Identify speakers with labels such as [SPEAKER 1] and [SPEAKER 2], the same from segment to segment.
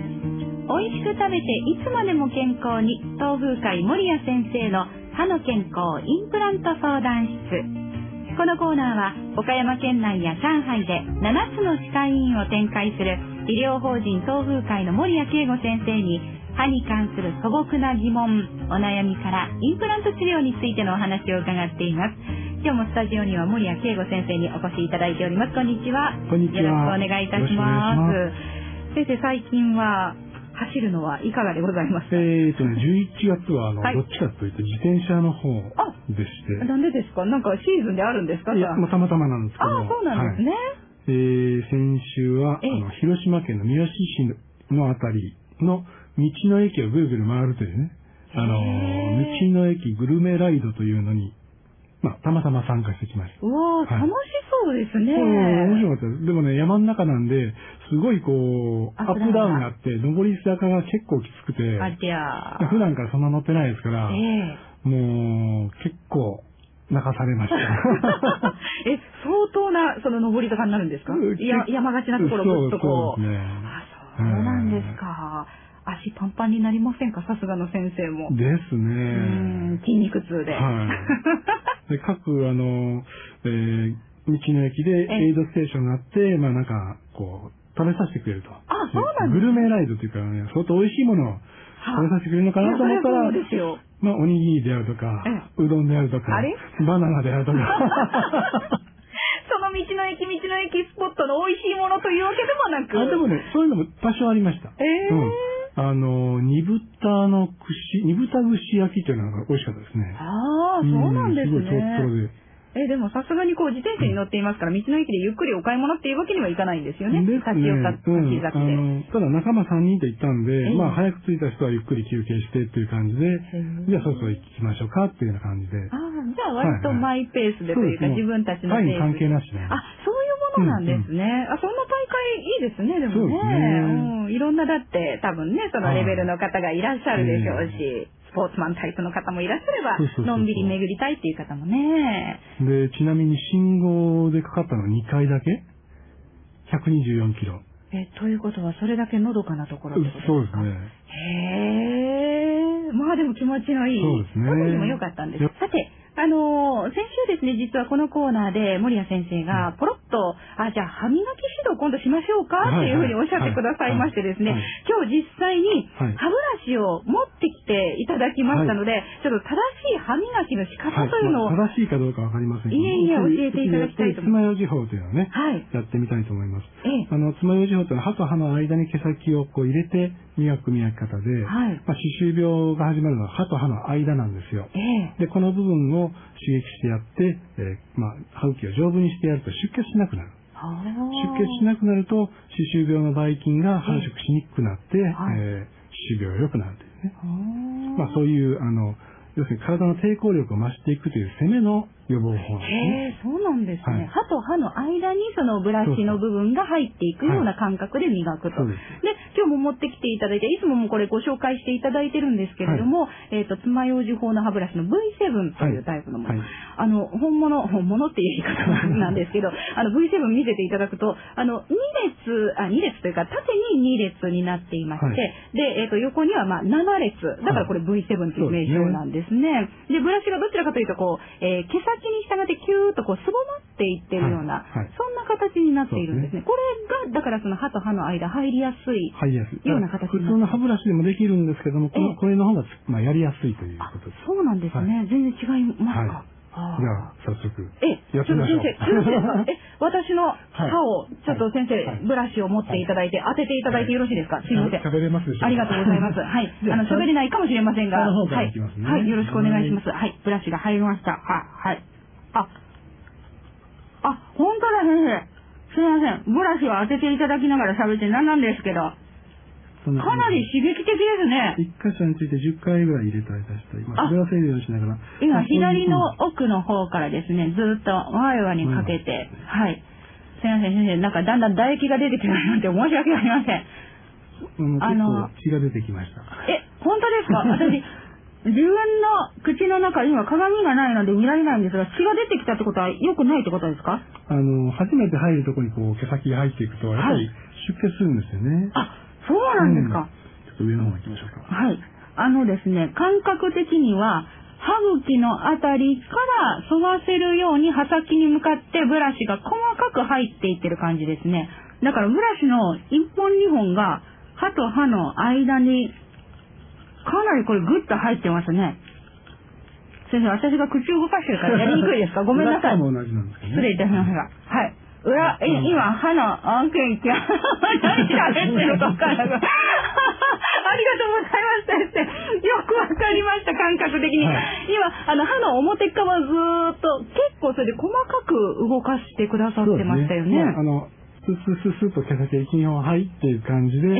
[SPEAKER 1] 美味しく食べていつまでも健康に東風会守屋先生の歯の健康インプラント相談室このコーナーは岡山県内や上海で7つの歯科医院を展開する医療法人東風会の守屋圭吾先生に歯に関する素朴な疑問お悩みからインプラント治療についてのお話を伺っています今日もスタジオには森谷圭吾先生にお越しいただいておりますこんにちは
[SPEAKER 2] こんにちは
[SPEAKER 1] よろしくお願いいたします先生最近は走るのはいかがでございますか、
[SPEAKER 2] えーとね、11月はあの、
[SPEAKER 1] はい
[SPEAKER 2] どっちかというと自転車の方でして、
[SPEAKER 1] なんでですかなんかシーズンであるんですか
[SPEAKER 2] い
[SPEAKER 1] じゃあ
[SPEAKER 2] や、まあ、たまたまなんですけど、
[SPEAKER 1] ああそうなんですね、
[SPEAKER 2] はいえー先週はあ
[SPEAKER 1] ええ
[SPEAKER 2] の広島県の三好市のあたりの道の駅をぐるぐる回るというね、あの
[SPEAKER 1] へえ
[SPEAKER 2] 道の駅グルメライドというのに、まあ、たまたま参加してきました。
[SPEAKER 1] うわー
[SPEAKER 2] はい
[SPEAKER 1] 楽しそうですね、
[SPEAKER 2] うん面白かったです。でもね、山の中なんで、すごいこう、
[SPEAKER 1] アッ
[SPEAKER 2] アッ
[SPEAKER 1] プ
[SPEAKER 2] プ
[SPEAKER 1] ダウンが
[SPEAKER 2] ダウンがあって、上り坂が結構きつくて、
[SPEAKER 1] あじゃあ
[SPEAKER 2] 普段からそんな乗ってないですから、
[SPEAKER 1] え
[SPEAKER 2] もう、結構、泣かされました。
[SPEAKER 1] ええ相当なその上り坂になるんですか
[SPEAKER 2] うん
[SPEAKER 1] いや山がちなところぐっとこう
[SPEAKER 2] そうそうですね
[SPEAKER 1] あそうなんですか足パンパンになりませんかさすがの先生も
[SPEAKER 2] です
[SPEAKER 1] うん
[SPEAKER 2] ね。
[SPEAKER 1] 筋肉痛で。
[SPEAKER 2] はい。で各、あの、えー道の駅で
[SPEAKER 1] ええ
[SPEAKER 2] エイドステーションがあって、まあなんか、こう、食べさせてくれると。
[SPEAKER 1] あ、そうなん
[SPEAKER 2] グ
[SPEAKER 1] です
[SPEAKER 2] ルメライドというかね、相当美味しいものを食べさせてくれるのか
[SPEAKER 1] い
[SPEAKER 2] な
[SPEAKER 1] や
[SPEAKER 2] と
[SPEAKER 1] そ
[SPEAKER 2] 思
[SPEAKER 1] れ
[SPEAKER 2] った
[SPEAKER 1] は
[SPEAKER 2] ら
[SPEAKER 1] そう、ですよ。
[SPEAKER 2] まあ、おにぎりであるとか、うどんであるとか
[SPEAKER 1] あれ、
[SPEAKER 2] バナナであるとか。
[SPEAKER 1] その道の駅、道の駅スポットの美味しいものというわけでもなく。
[SPEAKER 2] あでもね、そういうのも多少ありました。
[SPEAKER 1] えー
[SPEAKER 2] うん。あの、煮豚の串、煮豚串焼きというのが美味しかったですね。
[SPEAKER 1] ああ、そうなんです
[SPEAKER 2] うんすごいとろとろ
[SPEAKER 1] ね。
[SPEAKER 2] で。
[SPEAKER 1] え、でもさすがにこう自転車に乗っていますから、道の駅でゆっくりお買い物っていうわけにはいかないんですよね。
[SPEAKER 2] で
[SPEAKER 1] 立ち
[SPEAKER 2] す
[SPEAKER 1] 寄
[SPEAKER 2] ね
[SPEAKER 1] った先々で。
[SPEAKER 2] うんあのただ仲間3人と行ったんで、
[SPEAKER 1] ええ
[SPEAKER 2] まあ早く着いた人はゆっくり休憩してっていう感じで、じゃあそろそろ行きましょうかっていうような感じで。
[SPEAKER 1] あーじゃあ割とマイペースでというか、
[SPEAKER 2] はいは
[SPEAKER 1] 自
[SPEAKER 2] い
[SPEAKER 1] 分たちの
[SPEAKER 2] は
[SPEAKER 1] ペ
[SPEAKER 2] い
[SPEAKER 1] ースで。
[SPEAKER 2] 関係なしね
[SPEAKER 1] あ、そういうものなんですね。あ、そんな大会いいですね、でもね。うん。
[SPEAKER 2] そうですね
[SPEAKER 1] いろんなだって多分ね、そのレベルの方がいらっしゃるでしょうし、スポーツマンタイプの方もいらっしゃれば
[SPEAKER 2] そうそうそ、うそ
[SPEAKER 1] の
[SPEAKER 2] う
[SPEAKER 1] んびり巡りたいっていう方もね。
[SPEAKER 2] で、ちなみに信号でかかったの2回だけ ?124 キロ。
[SPEAKER 1] え、ということはそれだけのどかなところ
[SPEAKER 2] そう
[SPEAKER 1] って
[SPEAKER 2] で
[SPEAKER 1] ことです
[SPEAKER 2] す
[SPEAKER 1] か
[SPEAKER 2] ね。
[SPEAKER 1] へえ、まあでも気持ちのいい。
[SPEAKER 2] そうですね
[SPEAKER 1] 特にも良かったんです。
[SPEAKER 2] よ
[SPEAKER 1] さて、あのー先週ですね、実はこのコーナーで森谷先生がポロッと、あ、じゃあ歯磨き指導今度しましょうかっていうふうにおっしゃってくださいましてですね
[SPEAKER 2] はいはい、
[SPEAKER 1] 今日実際に
[SPEAKER 2] はい
[SPEAKER 1] 歯ブラシを持ってきていただきましたので、ちょっと正しい歯磨きの仕
[SPEAKER 2] は
[SPEAKER 1] 方というのを、はい、
[SPEAKER 2] まあ正しいかどうかわかりませんけど
[SPEAKER 1] いえいえ教えていただきたいと思
[SPEAKER 2] 爪楊枝法というのをね、やってみたいと思います。
[SPEAKER 1] ええ、
[SPEAKER 2] あの、爪楊枝法というのは歯と歯の間に毛先をこう入れて磨く磨き方で、
[SPEAKER 1] はい、
[SPEAKER 2] まあ、歯周病が始まるのは歯と歯の間なんですよ。
[SPEAKER 1] ええ、
[SPEAKER 2] で、この部分を刺激してやって、えーまあ、歯茎を丈夫にしてやると出血しなくなる。出血し
[SPEAKER 1] く
[SPEAKER 2] なくなると、歯周病のばい菌が繁殖しにくくなって、
[SPEAKER 1] はい
[SPEAKER 2] えー歯周病が良くなるというね。まあ、そういう、あの、要するに体の抵抗力を増していくという攻めの予防法なんですね。
[SPEAKER 1] へえ、そうなんですね。
[SPEAKER 2] はい
[SPEAKER 1] 歯と歯の間にそのブラシの部分が入っていくような感覚で磨くと。
[SPEAKER 2] そう
[SPEAKER 1] で
[SPEAKER 2] です
[SPEAKER 1] 今日も持ってきていただいて、いつももこれご紹介していただいてるんですけれども、えっ、と、爪楊枝法の歯ブラシの V7 というタイプのもの。
[SPEAKER 2] はいはい
[SPEAKER 1] あの、本物、本物っていう言い方なんですけど、あの V7 見せていただくと、あの、2列、あ、2列というか、縦に2列になっていまして、
[SPEAKER 2] はい
[SPEAKER 1] で、えっ、と、横にはまあ7列。だからこれ V7 という名称なんですなんですね。で、ブラシがどちらかというと、こう、えー毛先に従ってキューッとこう、すぼまっていってるような、
[SPEAKER 2] はいはい
[SPEAKER 1] そんな形になっているんですね。これが、だからその歯と歯の間入りやすい。
[SPEAKER 2] 入りやすい。
[SPEAKER 1] ような形
[SPEAKER 2] 普
[SPEAKER 1] になる
[SPEAKER 2] 通の歯ブラシでもできるんですけども、
[SPEAKER 1] え
[SPEAKER 2] こ
[SPEAKER 1] え
[SPEAKER 2] のこれの方がつ、まあ、やりやすいという
[SPEAKER 1] あ
[SPEAKER 2] ことです。、
[SPEAKER 1] そうなんですね。全然違いますか。あー
[SPEAKER 2] じゃあ、早速。
[SPEAKER 1] え、ちょっ
[SPEAKER 2] やっ
[SPEAKER 1] と
[SPEAKER 2] てみまし
[SPEAKER 1] 先
[SPEAKER 2] ょ
[SPEAKER 1] 生
[SPEAKER 2] う、
[SPEAKER 1] え、私の歯を、ちょっと先生、
[SPEAKER 2] はい
[SPEAKER 1] ブラシを持っていただいて、当てていただいてよろしいですかすいません。
[SPEAKER 2] 喋れますでしょうか
[SPEAKER 1] ありがとうござ います。はい。
[SPEAKER 2] じゃ
[SPEAKER 1] あの、喋れないかもしれませんが、
[SPEAKER 2] 下の方か
[SPEAKER 1] は
[SPEAKER 2] ら
[SPEAKER 1] い
[SPEAKER 2] いきますね
[SPEAKER 1] はい、よろしくお願いします。はい、ブラシが入りました。は、はい。あ、あ、本当だ、先生。すいません。ブラシを当てていただきながら喋って何なんですけど、
[SPEAKER 2] そんな
[SPEAKER 1] か
[SPEAKER 2] 感
[SPEAKER 1] な
[SPEAKER 2] じ
[SPEAKER 1] り刺激的ですね。
[SPEAKER 2] 一箇所について10回ぐらい入れたり出したり、ま
[SPEAKER 1] あ
[SPEAKER 2] あ、それは整理をしながら。
[SPEAKER 1] 今、
[SPEAKER 2] あそういう
[SPEAKER 1] 左の奥の方からですね、ずーっとワイワイにかけて、はい。すいません、先生、なんかだんだん唾液が出てきまして、申し訳ありません。
[SPEAKER 2] うん
[SPEAKER 1] あの
[SPEAKER 2] 結構血が出てきました。
[SPEAKER 1] え、本当です か私、自分の口の中、今鏡がないので見られないんですが、血が出てきたってことは良くないってことですか
[SPEAKER 2] あの、初めて入るところにこう、毛先が入っていくと、やっぱ
[SPEAKER 1] はい
[SPEAKER 2] り出血するんですよね。
[SPEAKER 1] あ、そうなんです
[SPEAKER 2] う
[SPEAKER 1] か。
[SPEAKER 2] んと上の方行きましょうか。
[SPEAKER 1] はい。あのですね、感覚的には、歯茎のあたりから沿わせるように刃先に向かってブラシが細かく入っていってる感じですね。だからブラシの1本2本が歯と歯の間にかなりこれグッと入ってますね。先生、私が口を動かしてるからやりにくいですかごめんなさい。
[SPEAKER 2] 裏も同じなんですけどね。
[SPEAKER 1] 失礼いたしました。はい。裏、え、
[SPEAKER 2] うん
[SPEAKER 1] 今、歯の案件いき、何喋ってるか分 からなくありがとうございます、先生。よくわかりました、感覚的に。
[SPEAKER 2] はい
[SPEAKER 1] 今、あの、歯の表側ずーっと、結構それで細かく動かしてくださってましたよね。
[SPEAKER 2] まああの、スッスッスッスッと毛先金を入っていう感じで、
[SPEAKER 1] え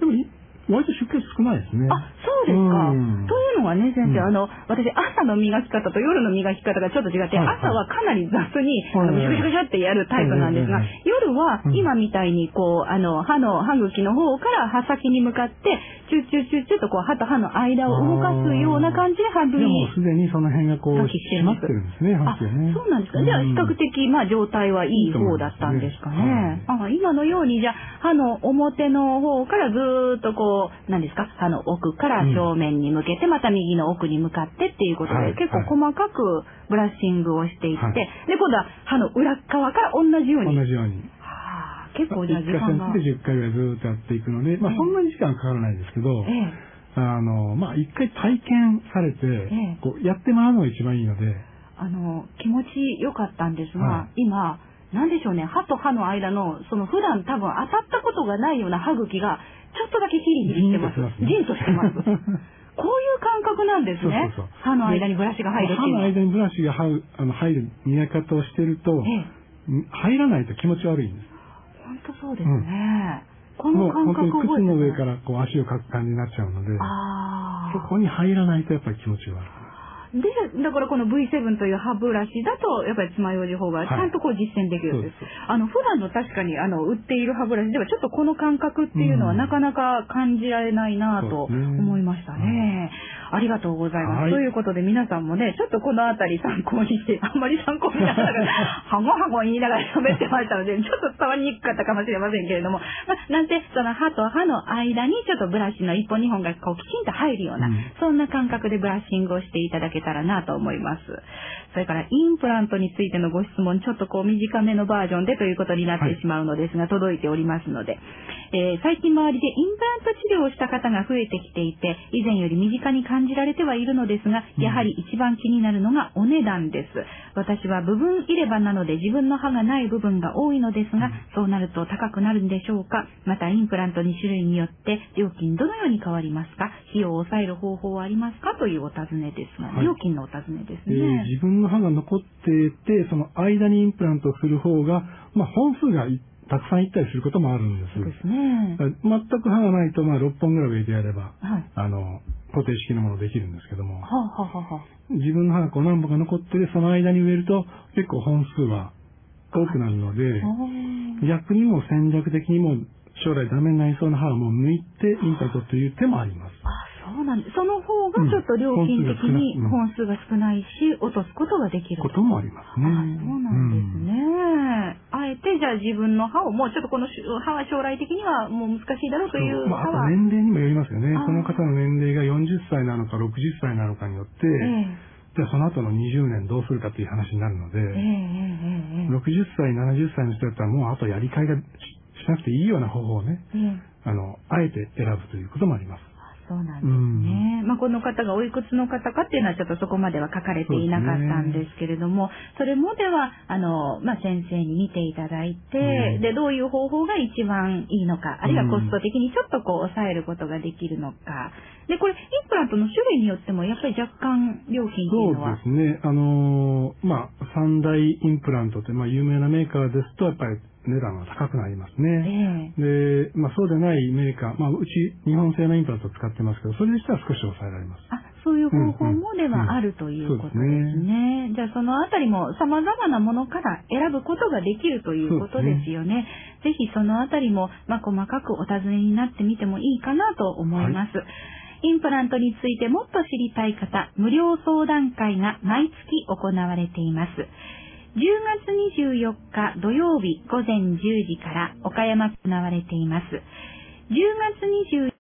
[SPEAKER 1] え。
[SPEAKER 2] でもい、割と出血少ないですね。
[SPEAKER 1] あ、そうですか。
[SPEAKER 2] うん
[SPEAKER 1] というのはね、先生、
[SPEAKER 2] うん
[SPEAKER 1] あの、私、朝の磨き方と夜の磨き方がちょっと違って、
[SPEAKER 2] はいはい
[SPEAKER 1] 朝はかなり雑に、
[SPEAKER 2] はいはい
[SPEAKER 1] あの、ぐしゃぐしゃってやるタイプなんですが、
[SPEAKER 2] はいはいは
[SPEAKER 1] 夜は
[SPEAKER 2] うん
[SPEAKER 1] 今みたいに、こう、あの、歯の、歯茎の方から歯先に向かって、チュッチュッチュッチュッとこう、歯と歯の間を動かすような感じで歯
[SPEAKER 2] で
[SPEAKER 1] 踏
[SPEAKER 2] も
[SPEAKER 1] み
[SPEAKER 2] う。すでにその辺がこう、
[SPEAKER 1] さっきして
[SPEAKER 2] 締
[SPEAKER 1] ま
[SPEAKER 2] ますってるんですね、
[SPEAKER 1] あ、
[SPEAKER 2] 歯
[SPEAKER 1] そ
[SPEAKER 2] 茎がね。
[SPEAKER 1] うなんですか。じゃあ、比較的、まあ、状態はいい方だったんですかね。あ今のように、じゃあ、歯の表の方からずーっとこう、何ですか、歯の奥から正面に向けて、また右の奥に向かってっていうことで、
[SPEAKER 2] はい
[SPEAKER 1] 結構
[SPEAKER 2] はい
[SPEAKER 1] 細かくブラッシングをしていって、
[SPEAKER 2] はい
[SPEAKER 1] で、今度は歯の裏側から同じよう
[SPEAKER 2] 同
[SPEAKER 1] に。は
[SPEAKER 2] じように。
[SPEAKER 1] あ、結構じゃあ
[SPEAKER 2] 1
[SPEAKER 1] 時
[SPEAKER 2] 回
[SPEAKER 1] 間が。
[SPEAKER 2] 戦で10回ぐらいずーっとやっていくので、まあ
[SPEAKER 1] ええ
[SPEAKER 2] そんなに時間はかからないですけど、
[SPEAKER 1] ええ。
[SPEAKER 2] あの、まあ一回体験されて
[SPEAKER 1] ええ、
[SPEAKER 2] こうやってもらうのが一番いいので、
[SPEAKER 1] あの、気持ち良かったんですが、
[SPEAKER 2] は
[SPEAKER 1] 今、なんでしょうね、歯と歯の間の、その普段多分当たったことがないような歯茎が、ちょっとだけヒリヒリしてます。ジ
[SPEAKER 2] ジ
[SPEAKER 1] ン
[SPEAKER 2] ン
[SPEAKER 1] とし
[SPEAKER 2] としてて
[SPEAKER 1] ま
[SPEAKER 2] ます す。
[SPEAKER 1] こういう感覚なんですね。
[SPEAKER 2] そうそうそう
[SPEAKER 1] 歯の間にブラシが入るって
[SPEAKER 2] 歯
[SPEAKER 1] いうの
[SPEAKER 2] の
[SPEAKER 1] は。
[SPEAKER 2] 間にブラシが入る、あの入る磨き方をしてると、
[SPEAKER 1] ええ
[SPEAKER 2] 入らないと気持ち悪いんです。
[SPEAKER 1] 本当そうですね。こ
[SPEAKER 2] も
[SPEAKER 1] の
[SPEAKER 2] う
[SPEAKER 1] 感
[SPEAKER 2] 本当
[SPEAKER 1] 覚
[SPEAKER 2] に
[SPEAKER 1] 覚
[SPEAKER 2] 靴
[SPEAKER 1] えて
[SPEAKER 2] の上
[SPEAKER 1] ない
[SPEAKER 2] からこう足をかく感じになっちゃうので、
[SPEAKER 1] ああ。
[SPEAKER 2] そこに入らないとやっぱり気持ち悪い。
[SPEAKER 1] で、だからこの V7 という歯ブラシだと、やっぱり爪楊枝法が
[SPEAKER 2] はい
[SPEAKER 1] ちゃんとこう実践できるんです。
[SPEAKER 2] そうで
[SPEAKER 1] あの、普段の確かに、あの、売っている歯ブラシではちょっとこの感覚っていうのは
[SPEAKER 2] うん
[SPEAKER 1] なかなか感じられないなぁと
[SPEAKER 2] そうですね
[SPEAKER 1] 思いましたね。ありがとうございます。
[SPEAKER 2] はい
[SPEAKER 1] ということで皆さんもね、ちょっとこのあたり参考にして、あんまり参考にならなかっ た。はごはご言いながら喋ってましたので、ちょっと伝わりにくかったかもしれませんけれども、まあ、なんて、その歯と歯の間にちょっとブラシの一本二本がこうきちんと入るような、
[SPEAKER 2] うん
[SPEAKER 1] そんな感覚でブラッシングをしていただけたらなと思います。それから、インプラントについてのご質問、ちょっとこう短めのバージョンでということになってしまうのですが、届いておりますので、えー最近周りでインプラント治療をした方が増えてきていて、以前より身近に感じられてはいるのですが、やはり一番気になるのがお値段です。私は部分入れ歯なので自分の歯がない部分が多いのですが、そうなると高くなるんでしょうかまたインプラント2種類によって料金どのように変わりますか費用を抑える方法はありますかというお尋ねですが、
[SPEAKER 2] はい
[SPEAKER 1] 料金のお尋ねです
[SPEAKER 2] えー
[SPEAKER 1] ね。
[SPEAKER 2] 自分の歯が残っていて、その間にインプラントをする方が、まあ、本数がいたくさんいったりすることもあるんです。
[SPEAKER 1] そうですね。
[SPEAKER 2] だから全く歯がないと、まあ、6本ぐらい上でやれば、
[SPEAKER 1] はい。
[SPEAKER 2] あの、固定式のものできるんですけども
[SPEAKER 1] は、あ、はあはあはあ、
[SPEAKER 2] 自分の歯がこう何本か残ってて、その間に植えると、結構本数は多くなるので、
[SPEAKER 1] あー
[SPEAKER 2] 逆にもう戦略的にも将来ダメになりそうな歯はもう抜いてインプラントという手もあります。
[SPEAKER 1] あそうなんです。その方がちょっと料金的に
[SPEAKER 2] うん
[SPEAKER 1] 本数が少ないし、落とすことができる
[SPEAKER 2] こともありますね。
[SPEAKER 1] あそうなんですね。あえて、じゃあ自分の歯をもうちょっとこのし歯は将来的にはもう難しいだろうという
[SPEAKER 2] まあ、あ
[SPEAKER 1] 歯
[SPEAKER 2] と
[SPEAKER 1] は。
[SPEAKER 2] 年齢にもよりますよね
[SPEAKER 1] あー。
[SPEAKER 2] その方の年齢が40歳なのか60歳なのかによって、
[SPEAKER 1] ええ
[SPEAKER 2] じゃあその後の20年どうするかという話になるの
[SPEAKER 1] え
[SPEAKER 2] で、
[SPEAKER 1] えええええ
[SPEAKER 2] 60歳、70歳の人だったらもうあとやり替えがししなくていいような方法をね、
[SPEAKER 1] ええ
[SPEAKER 2] あの、あえて選ぶということもあります。
[SPEAKER 1] そうなんですね。まあ、この方がおいくつの方かっていうのはちょっとそこまでは書かれていなかったんですけれども、そ,、れもでは、あの、まあ、先生に見ていただいて、
[SPEAKER 2] うん
[SPEAKER 1] で、どういう方法が一番いいのか、あるいは
[SPEAKER 2] うん
[SPEAKER 1] コスト的にちょっとこう抑えることができるのか。で、これ、インプラントの種類によってもやっぱり若干料金っていうのは。
[SPEAKER 2] そうですね。あのーまあ、三大インプラントって、まあ、有名なメーカーですと、やっぱり値段が高くなります
[SPEAKER 1] え
[SPEAKER 2] ね。
[SPEAKER 1] え
[SPEAKER 2] で、まあ、そうでないメーカー、まあ、うち日本製のインプラントを使ってますけど、それでしたら少し抑えられます。
[SPEAKER 1] あ、そういう方法もではあるということですね。じゃあそのあたりも様々なものから選ぶことができるということですよね。ぜひそのあたりも、まあ、細かくお尋ねになってみてもいいかなと思います。インプラントについてもっと知りたい方、無料相談会が毎月行われています。10月24日土曜日午前10時から岡山で行われています。10月24